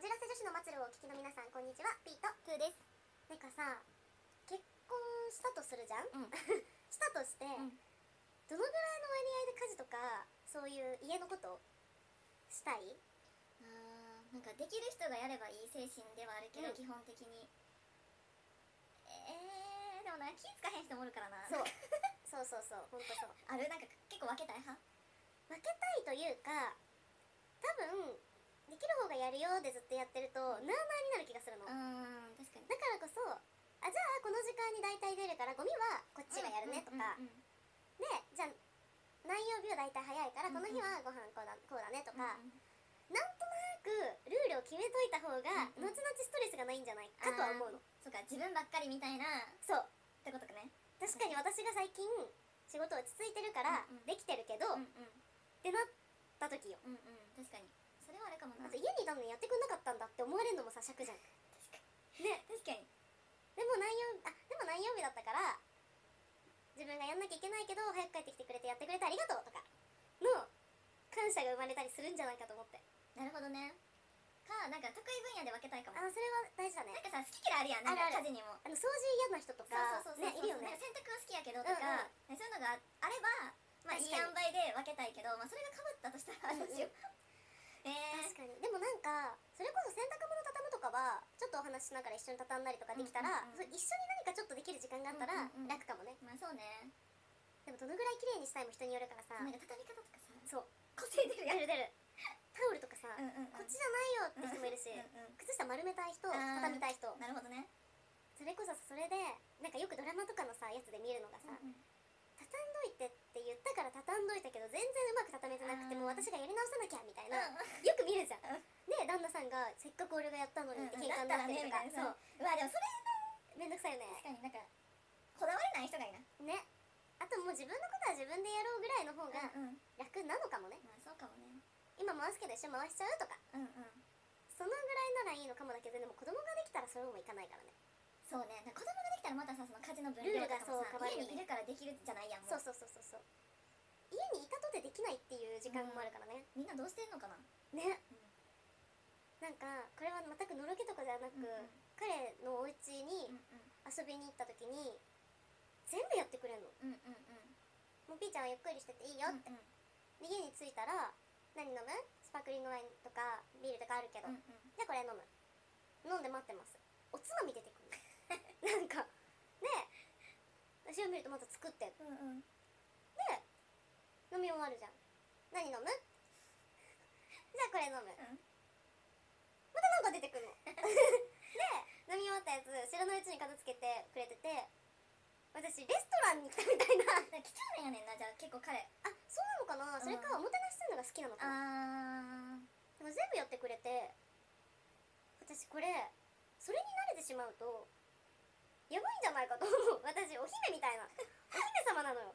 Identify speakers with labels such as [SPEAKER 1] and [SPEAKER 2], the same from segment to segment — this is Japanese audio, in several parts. [SPEAKER 1] じらせ女子の末路をお聞きの皆さんこんにちはピート
[SPEAKER 2] トゥーです
[SPEAKER 1] なんかさ結婚したとするじゃん、
[SPEAKER 2] うん
[SPEAKER 1] したとして、
[SPEAKER 2] ん
[SPEAKER 1] どのぐらいの割合で家事とかそういう家のことしたい
[SPEAKER 2] あーなんかできる人がやればいい精神ではあるけど、
[SPEAKER 1] うん
[SPEAKER 2] 基本的にえー、でもな気付かへん人もおるからな
[SPEAKER 1] そうそう そうそうほんとそう
[SPEAKER 2] あるなんか結構分けたい派
[SPEAKER 1] 分けたいというか多分できる方がやるよでずっとやってるとなあなあになる気がするの、
[SPEAKER 2] う
[SPEAKER 1] だか
[SPEAKER 2] ーん確かに
[SPEAKER 1] らこそあじゃあこの時間に大体出るからゴミはこっちがやるねとか、
[SPEAKER 2] うんうんうん
[SPEAKER 1] でじゃあ何曜日は大体早いからこの日はご飯こうだこうだねと
[SPEAKER 2] うん
[SPEAKER 1] か、
[SPEAKER 2] うん
[SPEAKER 1] なんとなくルールを決めといた方が後
[SPEAKER 2] うん
[SPEAKER 1] 々
[SPEAKER 2] うん
[SPEAKER 1] ストレスがないんじゃないかとは思うの
[SPEAKER 2] あーそうか自分ばっかりみたいなっ
[SPEAKER 1] そう
[SPEAKER 2] てことかね
[SPEAKER 1] 確かに私が最近仕事落ち着いてるから
[SPEAKER 2] うんうん
[SPEAKER 1] できてるけど、
[SPEAKER 2] うん
[SPEAKER 1] っ
[SPEAKER 2] うん
[SPEAKER 1] てなった時よ
[SPEAKER 2] うんうん確かにそれはあれかもな
[SPEAKER 1] あと家にいたのにやってくんなかったんだって思われるのもさ尺じゃん
[SPEAKER 2] ね確かに
[SPEAKER 1] でも何曜日あでも何曜日だったから自分がやんなきゃいけないけど早く帰ってきてくれてやってくれてありがとうとかの感謝が生まれたりするんじゃないかと思って
[SPEAKER 2] なるほどねかなんか得意分野で分けたいかも
[SPEAKER 1] あそれは大事だね
[SPEAKER 2] なんかさ好き嫌いあるやんなん
[SPEAKER 1] あるあ
[SPEAKER 2] か
[SPEAKER 1] る
[SPEAKER 2] 家事にも
[SPEAKER 1] あの掃除嫌な人とか
[SPEAKER 2] そうそうそうそう
[SPEAKER 1] ねいるよ
[SPEAKER 2] なん
[SPEAKER 1] ね
[SPEAKER 2] か洗濯は好きやけどと
[SPEAKER 1] うん
[SPEAKER 2] か、ねそういうのがあればまあいい
[SPEAKER 1] 確
[SPEAKER 2] 塩
[SPEAKER 1] か
[SPEAKER 2] 梅で分けたいけど、まあ、それがかぶったとしたら
[SPEAKER 1] うんうん
[SPEAKER 2] どうしようえ
[SPEAKER 1] 確かにでもなんかそれこそ洗濯物畳むとかはちょっとお話ししながら一緒に畳んだりとかできたら、
[SPEAKER 2] うんうん
[SPEAKER 1] そ
[SPEAKER 2] うん
[SPEAKER 1] う一緒に何かちょっとできる時間があったら
[SPEAKER 2] うんうんうん
[SPEAKER 1] 楽かもね、
[SPEAKER 2] ー、まあそうね
[SPEAKER 1] でもどのぐらい綺麗にしたいも人によるからさ、
[SPEAKER 2] なんか畳み方とかさ
[SPEAKER 1] そう
[SPEAKER 2] 個性出る や
[SPEAKER 1] 出
[SPEAKER 2] ん
[SPEAKER 1] る出るタオルとかさ、
[SPEAKER 2] うんうんうん
[SPEAKER 1] こっちじゃないよって人もいるし、
[SPEAKER 2] うんうん
[SPEAKER 1] 靴下丸めたい人
[SPEAKER 2] あー
[SPEAKER 1] 畳みたい人
[SPEAKER 2] なるほどね、
[SPEAKER 1] それこそさそれでなんかよくドラマとかのさやつで見るのがさ、
[SPEAKER 2] うんうん
[SPEAKER 1] 畳んどいてって言ったから畳んどいたけど全然うまく畳めてなくて
[SPEAKER 2] あー
[SPEAKER 1] もう私がやり直さなきゃみたいな、
[SPEAKER 2] うん
[SPEAKER 1] よく見るじゃん、
[SPEAKER 2] うん
[SPEAKER 1] で旦那さんがせっかく俺がやったのにって喧嘩
[SPEAKER 2] だっ
[SPEAKER 1] に
[SPEAKER 2] た
[SPEAKER 1] な
[SPEAKER 2] ら
[SPEAKER 1] って
[SPEAKER 2] ね
[SPEAKER 1] る
[SPEAKER 2] み
[SPEAKER 1] とか、
[SPEAKER 2] たいな
[SPEAKER 1] そ
[SPEAKER 2] そううわでもそれ
[SPEAKER 1] うめんどくさいよね
[SPEAKER 2] 確かになんかこだわれない人がいいな
[SPEAKER 1] ねあともう自分のことは自分でやろうぐらいの方が
[SPEAKER 2] うんうん
[SPEAKER 1] 楽なのかもね
[SPEAKER 2] まあそうかもね
[SPEAKER 1] 今回すけど一緒に回しちゃうとか
[SPEAKER 2] うんうん
[SPEAKER 1] そのぐらいならいいのかもだけどでも子供ができたらそれもいかないからね
[SPEAKER 2] そうねなんか子供ができたらまたさその家事の分量とか
[SPEAKER 1] ルールがそ
[SPEAKER 2] も
[SPEAKER 1] う
[SPEAKER 2] さ
[SPEAKER 1] 変わるよね
[SPEAKER 2] 家にいるからできるじゃないやんも
[SPEAKER 1] そうそうそうそうそう家にいたとてできないっていう時間もあるからね、
[SPEAKER 2] みんなどうしてんのかな
[SPEAKER 1] ねなんかこれは全くのろけとかではなく、
[SPEAKER 2] うんうん
[SPEAKER 1] 彼のお家に
[SPEAKER 2] うんうん
[SPEAKER 1] 遊びに行った時に全部やってくれんの
[SPEAKER 2] うんうんうん
[SPEAKER 1] もうピーちゃんはゆっくりしてていいよ、
[SPEAKER 2] うんうん
[SPEAKER 1] で家に着いたら何飲むスパークリングワインとかビールとかあるけど、
[SPEAKER 2] うんうん
[SPEAKER 1] でこれ飲む飲んで待ってますおつまみ出てくる なんかで私を見るとまた作ってんで
[SPEAKER 2] うんうん
[SPEAKER 1] 飲み終わるじゃん何飲むじゃあこれ飲むまたなんか出てくるの で飲み終わったやつ知らないうちに片付けてくれてて私レストランに来たみたいな
[SPEAKER 2] なんか几帳面やねんなじゃあ結構彼
[SPEAKER 1] あそうなのかなそれかおもてなしするのが好きなのかな
[SPEAKER 2] あ
[SPEAKER 1] でも全部やってくれて私これそれに慣れてしまうとやばいんじゃないかと 思う私お姫みたいなお姫様なのよ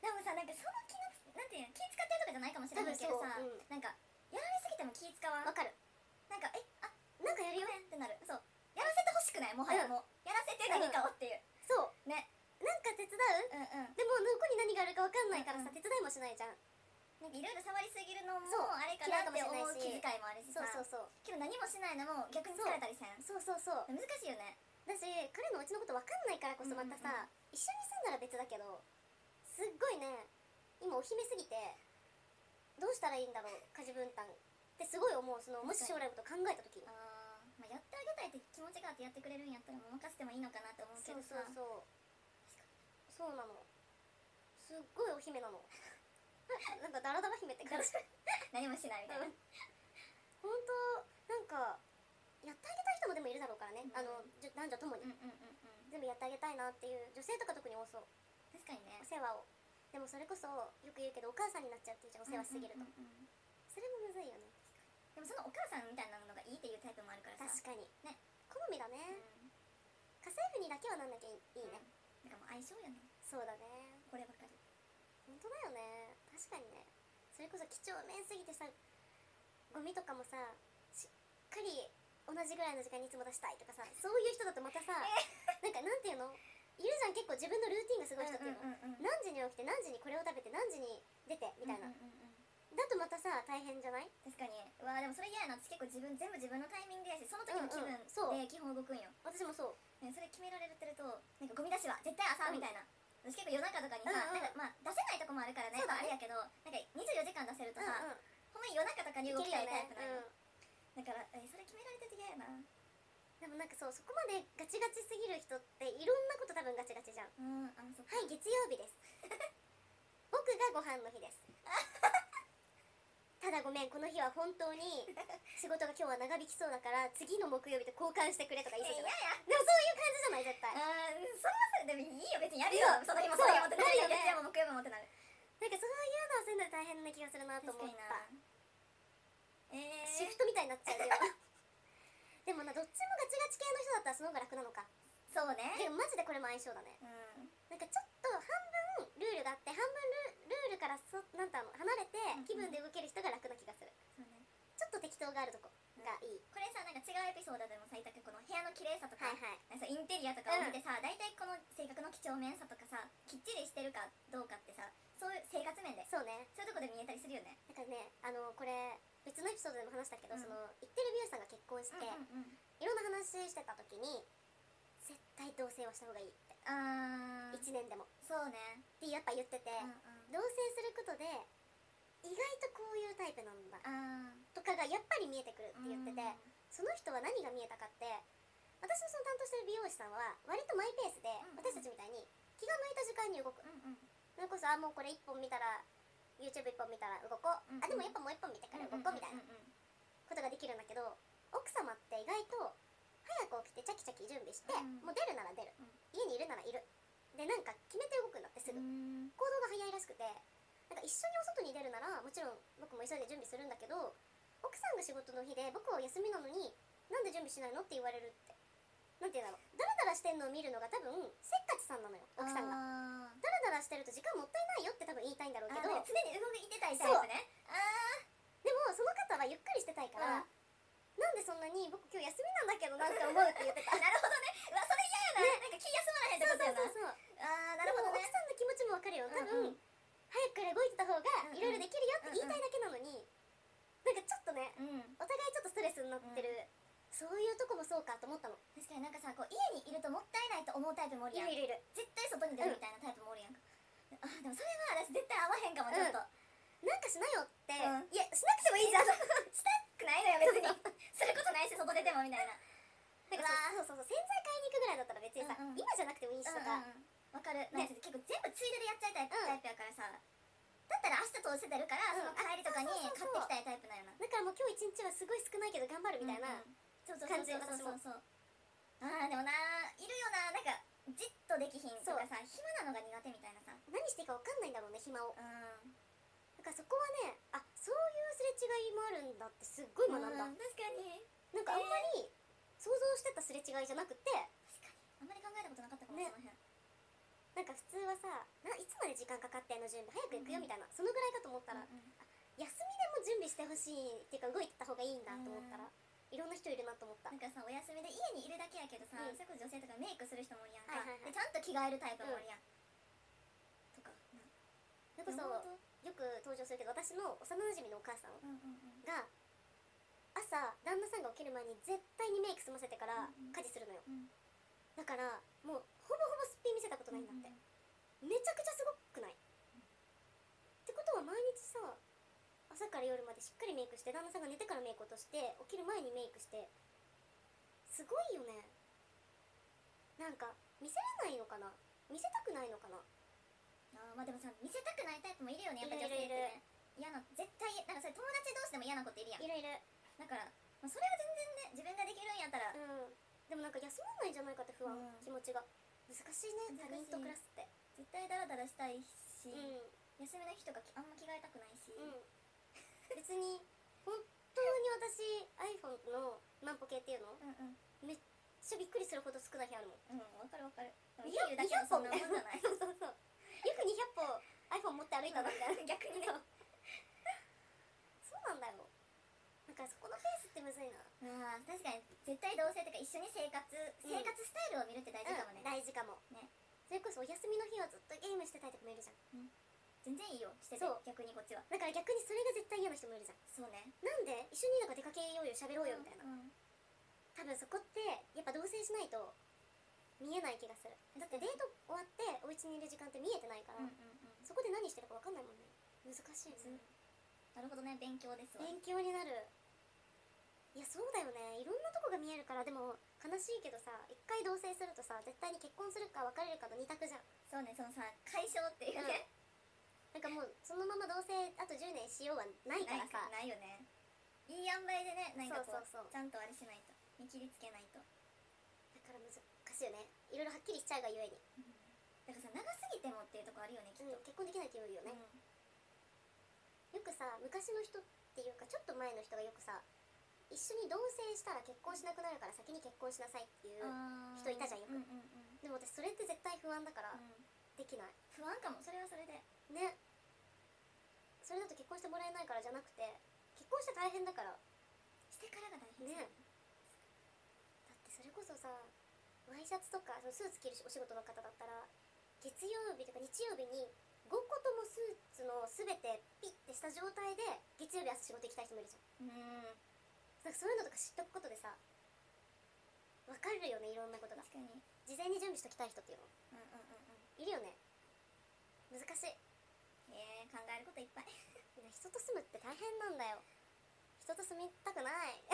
[SPEAKER 2] でもさなんかその気のつなんていうの気使ってるとかじゃないかもしれないけど
[SPEAKER 1] 多
[SPEAKER 2] さ、
[SPEAKER 1] 分そううん
[SPEAKER 2] なんかやられすぎても気使わん
[SPEAKER 1] わかる
[SPEAKER 2] なんかえあ
[SPEAKER 1] なんかやるよ
[SPEAKER 2] ごめんってなるそうやらせてほしくないもはやもう、やらせて何かをっていう、
[SPEAKER 1] そう
[SPEAKER 2] ね
[SPEAKER 1] なんか手伝う
[SPEAKER 2] うんうんなんか
[SPEAKER 1] でもどこに何があるかわかんないから
[SPEAKER 2] うん
[SPEAKER 1] さ
[SPEAKER 2] うん
[SPEAKER 1] 手伝いもしないじゃん
[SPEAKER 2] いろいろ触りすぎるのも
[SPEAKER 1] そう
[SPEAKER 2] あれかなって
[SPEAKER 1] 嫌いか
[SPEAKER 2] 思
[SPEAKER 1] も
[SPEAKER 2] う
[SPEAKER 1] しれないし
[SPEAKER 2] 気遣いもあるし
[SPEAKER 1] そ
[SPEAKER 2] さ
[SPEAKER 1] うそうそう
[SPEAKER 2] けど何もしないのも逆に疲れたりせん
[SPEAKER 1] そうそうそう
[SPEAKER 2] 難しいよね
[SPEAKER 1] だし彼のうちのことわかんないからこそまたさ、
[SPEAKER 2] うんうんうん
[SPEAKER 1] 一緒に住んだら別だけどすっごいね今お姫すぎてどうしたらいいんだろう家事分担ってすごい思うそのもし将来のこと考えた時に
[SPEAKER 2] あー、まあ、やってあげたいって気持ちがあってやってくれるんやったらもう任せてもいいのかなって思うけ
[SPEAKER 1] そう
[SPEAKER 2] ど
[SPEAKER 1] そう
[SPEAKER 2] さ
[SPEAKER 1] そうそうなのすっごいお姫なの なんかダラダラ姫って感じ
[SPEAKER 2] 何もしないみたいな、
[SPEAKER 1] うん本当なんかやってあげたい人もでもいるだろうからね、
[SPEAKER 2] うん
[SPEAKER 1] あのじゅ男女ともに、
[SPEAKER 2] うんうんうんうん
[SPEAKER 1] 全部やってあげたいなっていう女性とか特に多そう
[SPEAKER 2] 確かにね
[SPEAKER 1] お世話をでもそれこそよく言うけどお母さんになっちゃうっていうじゃんお世話しすぎると、
[SPEAKER 2] うんうんうんうん
[SPEAKER 1] それもむずいよね
[SPEAKER 2] でもそのお母さんみたいなのがいいっていうタイプもあるからさ
[SPEAKER 1] 確かに
[SPEAKER 2] ね
[SPEAKER 1] 好みだね、
[SPEAKER 2] うん
[SPEAKER 1] 家政婦にだけはなんなきゃいいいいね、
[SPEAKER 2] うんなんかもう相性やね
[SPEAKER 1] そうだね
[SPEAKER 2] こればっかり
[SPEAKER 1] 本当だよね確かにねそれこそ几帳面すぎてさゴミとかもさしっかり同じぐらいの時間にいつも出したいとかさそういう人だとまたさなんかなんていうのいるじゃん結構自分のルーティンがすごい人っていうの、
[SPEAKER 2] うんうんうんうん
[SPEAKER 1] 何時に起きて何時にこれを食べて何時に出てみたいな、
[SPEAKER 2] うんうんうんうん
[SPEAKER 1] だとまたさ大変じゃない
[SPEAKER 2] 確かにうわーでもそれ嫌いの私結構自分全部自分のタイミングやしその時の気
[SPEAKER 1] う
[SPEAKER 2] 分
[SPEAKER 1] んうんそう
[SPEAKER 2] で基本動くんよ、
[SPEAKER 1] 私もそう
[SPEAKER 2] ねそれ決められてるとなんかゴミ出しは絶対
[SPEAKER 1] う
[SPEAKER 2] 朝
[SPEAKER 1] ん
[SPEAKER 2] みたいな、私結構夜中とかに
[SPEAKER 1] う
[SPEAKER 2] さ、
[SPEAKER 1] んうん
[SPEAKER 2] なんかまあ出せないとこもあるからね
[SPEAKER 1] そうだね
[SPEAKER 2] あれやけどなんか24時間出せると
[SPEAKER 1] うん
[SPEAKER 2] さ、
[SPEAKER 1] うん
[SPEAKER 2] ほんまに夜中とかに
[SPEAKER 1] い
[SPEAKER 2] 動
[SPEAKER 1] け
[SPEAKER 2] き
[SPEAKER 1] るよ
[SPEAKER 2] たいタ
[SPEAKER 1] ね
[SPEAKER 2] イプなのよ、だからえそれ決められてて嫌や
[SPEAKER 1] う
[SPEAKER 2] なう
[SPEAKER 1] んでもなんかそうそこまでガチガチすぎる人っていろんなこと多分ガチガチじゃん
[SPEAKER 2] んあそっ
[SPEAKER 1] は
[SPEAKER 2] か
[SPEAKER 1] い月曜日です 僕がご飯の日です ただごめんこの日は本当に 仕事が今日は長引きそうだから次の木曜日と交換してくれとか
[SPEAKER 2] え
[SPEAKER 1] 言い
[SPEAKER 2] 嫌
[SPEAKER 1] そうじゃ
[SPEAKER 2] や
[SPEAKER 1] ないでもそういう感じじゃない絶対
[SPEAKER 2] あーそれはそれでもいいよ別にやるよ
[SPEAKER 1] いいよ
[SPEAKER 2] その日もその日もってなるよ
[SPEAKER 1] そうだ
[SPEAKER 2] 月
[SPEAKER 1] よ
[SPEAKER 2] 曜も木曜もってなる
[SPEAKER 1] なんかそういうのをするの大変な気がするなと
[SPEAKER 2] 確
[SPEAKER 1] 思っ
[SPEAKER 2] かに
[SPEAKER 1] た
[SPEAKER 2] なえー、
[SPEAKER 1] シフトみたいになっちゃうよ でもなどっちもガチガチ系の人だったらその方が楽なのか
[SPEAKER 2] そうね
[SPEAKER 1] でもマジでこれも相性だね
[SPEAKER 2] うん
[SPEAKER 1] なんかちょっと半分ルールがあって半分ルルールからそなんてあの離れて
[SPEAKER 2] うんうん
[SPEAKER 1] 気分で動ける人が楽な気がする
[SPEAKER 2] そうね
[SPEAKER 1] ちょっと適当があるとこがいい、
[SPEAKER 2] これさなんか違うエピソードでもさいたけこの部屋の綺麗さとか、
[SPEAKER 1] はいはい
[SPEAKER 2] なんかさインテリアとかを見てさ、大体この性格の几帳面さとかさきっちりしてるかどうかってさそういう生活面で
[SPEAKER 1] そうね
[SPEAKER 2] そういうとこで見えたりするよね
[SPEAKER 1] なんかねあのこれ別のエピソードでも話したけど、
[SPEAKER 2] うん
[SPEAKER 1] そのイッテル美容師さんが結婚して、
[SPEAKER 2] うんうんうん
[SPEAKER 1] いろんな話してた時に絶対同棲はした方がいいって、
[SPEAKER 2] あー
[SPEAKER 1] 1年でもっ
[SPEAKER 2] そうね、
[SPEAKER 1] てやっぱ言ってて、
[SPEAKER 2] うんうん、
[SPEAKER 1] 同棲することで意外とこういうタイプなんだ
[SPEAKER 2] あー
[SPEAKER 1] とかがやっぱり見えてくるって言ってて、
[SPEAKER 2] うん
[SPEAKER 1] その人は何が見えたかって私のその担当してる美容師さんは割とマイペースで
[SPEAKER 2] うん
[SPEAKER 1] 私たちみたいに気が向いた時間に動く
[SPEAKER 2] うんうん
[SPEAKER 1] それこそあもうこれ1本見たら YouTube1 本見たら動こう、
[SPEAKER 2] うん
[SPEAKER 1] あでもやっぱもう1本見てから動こうみたいな
[SPEAKER 2] うんうん
[SPEAKER 1] ことができるんだけど奥様って意外と早く起きてチャキチャキ準備して、
[SPEAKER 2] うん
[SPEAKER 1] もう出るなら出る、
[SPEAKER 2] うん
[SPEAKER 1] 家にいるならいるでなんか決めて動くんだってすぐ、
[SPEAKER 2] うん
[SPEAKER 1] 行動が早いらしくてなんか一緒にお外に出るならもちろん僕も急いで準備するんだけど奥さんが仕事の日で僕は休みなのになんで準備しないのって言われるってなんて言うんだろうダラダラしてんのを見るのが多分せっかちさんなのよ奥さんが
[SPEAKER 2] が
[SPEAKER 1] ダラダラしてると時間もったいないよって多分言いたいんだろうけ
[SPEAKER 2] け
[SPEAKER 1] ど
[SPEAKER 2] ど常に動いてたいタイプねあ
[SPEAKER 1] でもその方はゆっくりしてたいから、
[SPEAKER 2] うん
[SPEAKER 1] なんでそんなに僕今日休みなんだけどなんて思うって言っ て た
[SPEAKER 2] なるほどねうわそれ嫌やな、なんか気休まらへんって
[SPEAKER 1] そうそう
[SPEAKER 2] ことや
[SPEAKER 1] そうそ
[SPEAKER 2] な
[SPEAKER 1] う
[SPEAKER 2] あーな
[SPEAKER 1] でも
[SPEAKER 2] るほど
[SPEAKER 1] 奥
[SPEAKER 2] ね
[SPEAKER 1] さんの気持ちもわかるよ多分、
[SPEAKER 2] うんうん
[SPEAKER 1] 早くから動いてた方がいろいろできるよって言いたいだけなのに、なんかちょっとね
[SPEAKER 2] うん
[SPEAKER 1] お互いちょっとストレスになってる、そういうとこもそうかと思ったの
[SPEAKER 2] 確かになんかさこう家にいるともったいないと思うタイプもおる
[SPEAKER 1] い
[SPEAKER 2] やん
[SPEAKER 1] るいるいる
[SPEAKER 2] 絶対外に出るみたいなタイプもおるやんか、あでもそれは私絶対合わへんかもちょっと、
[SPEAKER 1] なんかしなよって、
[SPEAKER 2] うん
[SPEAKER 1] いやしなくてもいいじゃんなんか
[SPEAKER 2] したくないのよ別にすることないし外出てもみたいな
[SPEAKER 1] そうそうそうそう洗剤買いに行くぐらいだったら別にさ、
[SPEAKER 2] うんうん
[SPEAKER 1] 今じゃなくてもいいしとか、
[SPEAKER 2] うんうんわかる、なんか結構全部ついででやっちゃいたいタイプやからさ、だったら明日通して出るから、
[SPEAKER 1] うん
[SPEAKER 2] その帰りとかに
[SPEAKER 1] あそう
[SPEAKER 2] 買って
[SPEAKER 1] そうそうそう
[SPEAKER 2] きたいタイプなんやな
[SPEAKER 1] だからもう今日一日はすごい少ないけど頑張るみたいな、
[SPEAKER 2] うんうんそうそうそう
[SPEAKER 1] 感じ
[SPEAKER 2] そうそうそうあーでもないるよななんかじっとできひんとかさ暇なのが苦手みたいなさう
[SPEAKER 1] 何していいか分かんないんだろうね暇を
[SPEAKER 2] ん
[SPEAKER 1] だからそこはねあそういうすれ違いもあるんだってすっごい学んだ、
[SPEAKER 2] うん確かに
[SPEAKER 1] なんかあんまり想像してたすれ違いじゃなくて
[SPEAKER 2] あんまり考えたことなかったかも、
[SPEAKER 1] ね
[SPEAKER 2] その辺
[SPEAKER 1] なんか普通はさないつまで時間かかってんの準備早く行くよみたいな、そのぐらいかと思ったら、
[SPEAKER 2] うんうん
[SPEAKER 1] 休みでも準備してほしいっていうか動いてた方がいいんだと思ったら、
[SPEAKER 2] う
[SPEAKER 1] いろんな人いるなと思った、
[SPEAKER 2] なんかさお休みで家にいるだけやけどさ、
[SPEAKER 1] うん
[SPEAKER 2] それこそ女性とかメイクする人もおるやんか、
[SPEAKER 1] はいはいはい
[SPEAKER 2] でちゃんと着替えるタイプもおるやん、とか
[SPEAKER 1] それこそよく登場するけど私の幼なじみのお母さん
[SPEAKER 2] うんうんうん
[SPEAKER 1] が朝旦那さんが起きる前に絶対にメイク済ませてから
[SPEAKER 2] うんうん
[SPEAKER 1] 家事するのよ、
[SPEAKER 2] うん
[SPEAKER 1] だからもうほぼほぼすっぴん見せたことないんだって、めちゃくちゃすごくない、ってことは毎日さ朝から夜までしっかりメイクして旦那さんが寝てからメイク落として起きる前にメイクしてすごいよねなんか見せれないのかな見せたくないのかな
[SPEAKER 2] あーまあでもさ見せたくないタイプもいるよねやっぱ
[SPEAKER 1] い
[SPEAKER 2] 女
[SPEAKER 1] る
[SPEAKER 2] 性
[SPEAKER 1] い
[SPEAKER 2] っ
[SPEAKER 1] るい
[SPEAKER 2] て
[SPEAKER 1] る
[SPEAKER 2] ね嫌な絶対なんかそれ友達同士でも嫌なこといるやん
[SPEAKER 1] いろいろ
[SPEAKER 2] だから、まあ、それは全然ね自分ができるんやったら、
[SPEAKER 1] うんでもなんか休まないんじゃないかって不安、
[SPEAKER 2] うん
[SPEAKER 1] 気持ちが難しいね他
[SPEAKER 2] 難
[SPEAKER 1] 人
[SPEAKER 2] しい
[SPEAKER 1] と暮らすって
[SPEAKER 2] 絶対ダラダラしたいし、
[SPEAKER 1] うん
[SPEAKER 2] 休みの日とかきあんま着替えたくないし、
[SPEAKER 1] うん、別に本当に私 iPhone の万歩計っていうの
[SPEAKER 2] うんうん
[SPEAKER 1] めっちゃびっくりするほど少ない日あるもん
[SPEAKER 2] うんわかるわかるでも家いる
[SPEAKER 1] 200
[SPEAKER 2] だけはそ
[SPEAKER 1] 本
[SPEAKER 2] ん
[SPEAKER 1] みたい
[SPEAKER 2] なもんじ
[SPEAKER 1] な
[SPEAKER 2] ゃない
[SPEAKER 1] そうそうそうよく200歩 iPhone 持って歩いたなみたいな
[SPEAKER 2] 逆にね
[SPEAKER 1] そうなんだよなんかそこのペースってむずいな、
[SPEAKER 2] あー確かに絶対同性とか一緒に生活、生活スタイルを見るって大事かもね、
[SPEAKER 1] 大事かも
[SPEAKER 2] ね
[SPEAKER 1] それこそお休みの日はずっとゲームしてたいとかもいるじゃん、
[SPEAKER 2] うん全然いいよしてて
[SPEAKER 1] そう
[SPEAKER 2] 逆にこっちは
[SPEAKER 1] だから逆にそれが絶対嫌な人もいるじゃん
[SPEAKER 2] そうね
[SPEAKER 1] なんで一緒になんか出かけようよ喋ろうよみたいな、
[SPEAKER 2] うん
[SPEAKER 1] 多分そこってやっぱ同棲しないと見えない気がするだってデート終わってお家にいる時間って見えてないから、
[SPEAKER 2] うんうんうん
[SPEAKER 1] そこで何してるか分かんないもんね難しいですね、
[SPEAKER 2] なるほどね勉強ですわ
[SPEAKER 1] 勉強になるいやそうだよねいろんなとこが見えるからでも悲しいけどさ一回同棲するとさ絶対に結婚するか別れるかの二択じゃん
[SPEAKER 2] そうねそのさ解消っていうね、
[SPEAKER 1] なんかもうそのまま同棲あと10年しようはないから
[SPEAKER 2] ないか
[SPEAKER 1] さ
[SPEAKER 2] ないよねいい塩梅でねなんかこう
[SPEAKER 1] そうそうそう
[SPEAKER 2] ちゃんとあれしないと見切りつけない
[SPEAKER 1] だ
[SPEAKER 2] と、
[SPEAKER 1] から難しいよねいろいろはっきりしちゃうがゆえに、
[SPEAKER 2] だからさ長すぎてもっていうとこあるよねき
[SPEAKER 1] う
[SPEAKER 2] っ
[SPEAKER 1] ん、
[SPEAKER 2] と、
[SPEAKER 1] 結婚できないって言うよ
[SPEAKER 2] う
[SPEAKER 1] ね、
[SPEAKER 2] ん
[SPEAKER 1] よくさ昔の人っていうかちょっと前の人がよくさ一緒に同棲したら結婚しなくなるから先に結婚しなさいっていう
[SPEAKER 2] あー
[SPEAKER 1] 人いたじゃんよく
[SPEAKER 2] うんうんうん
[SPEAKER 1] でも私それって絶対不安だから
[SPEAKER 2] うん
[SPEAKER 1] できない
[SPEAKER 2] 不安かもそれはそれで
[SPEAKER 1] ねそれだと結婚してもらえないからじゃなくて結婚して大変だからだ
[SPEAKER 2] してからが大変
[SPEAKER 1] ねってそれこそさワイシャツとかそのスーツ着るお仕事の方だったら月曜日とか日曜日に5個ともスーツの全てピッてした状態で月曜日朝仕事行きたい人もいるじゃん
[SPEAKER 2] うん
[SPEAKER 1] なんかそういうのとか知っとくことでさわかるよねいろんなことが
[SPEAKER 2] 確かに
[SPEAKER 1] 事前に準備しときたい人っていうの
[SPEAKER 2] うんうんうんうん
[SPEAKER 1] いるよね難しい
[SPEAKER 2] えー、考えることいっぱい
[SPEAKER 1] ね人と住むって大変なんだよ人と住みたくない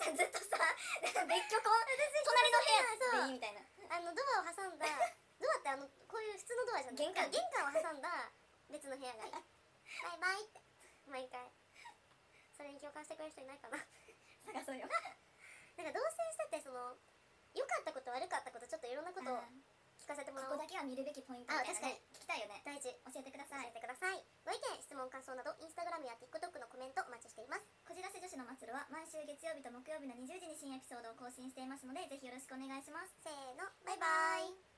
[SPEAKER 2] ちゃんずっとさなんか別居婚隣の部屋でいいみた いな
[SPEAKER 1] あのドアを挟んだ ドアってあのこういう普通のドアじゃん
[SPEAKER 2] 玄関
[SPEAKER 1] 玄関を挟んだ別の部屋がいいバイバイって毎回それに共感してくれる人いないかな
[SPEAKER 2] 探そうよ
[SPEAKER 1] なんか同棲しててその良かったこと悪かったことちょっといろんなことを聞かせてもら
[SPEAKER 2] ここ
[SPEAKER 1] おう
[SPEAKER 2] だけは見るべきポイントみたいな、ね、聞きたいよね
[SPEAKER 1] 大事
[SPEAKER 2] 教えてくだ
[SPEAKER 1] 教
[SPEAKER 2] さい
[SPEAKER 1] えてくださいご意見質問感想などインスタグラムや TikTok のコメントお待ちしています
[SPEAKER 2] こじらせ女子のまつるは毎週月曜日と木曜日の20時に新エピソードを更新していますのでぜひよろしくお願いします
[SPEAKER 1] せーのバ
[SPEAKER 2] バイ
[SPEAKER 1] イ
[SPEAKER 2] バ
[SPEAKER 1] バ
[SPEAKER 2] イ
[SPEAKER 1] イ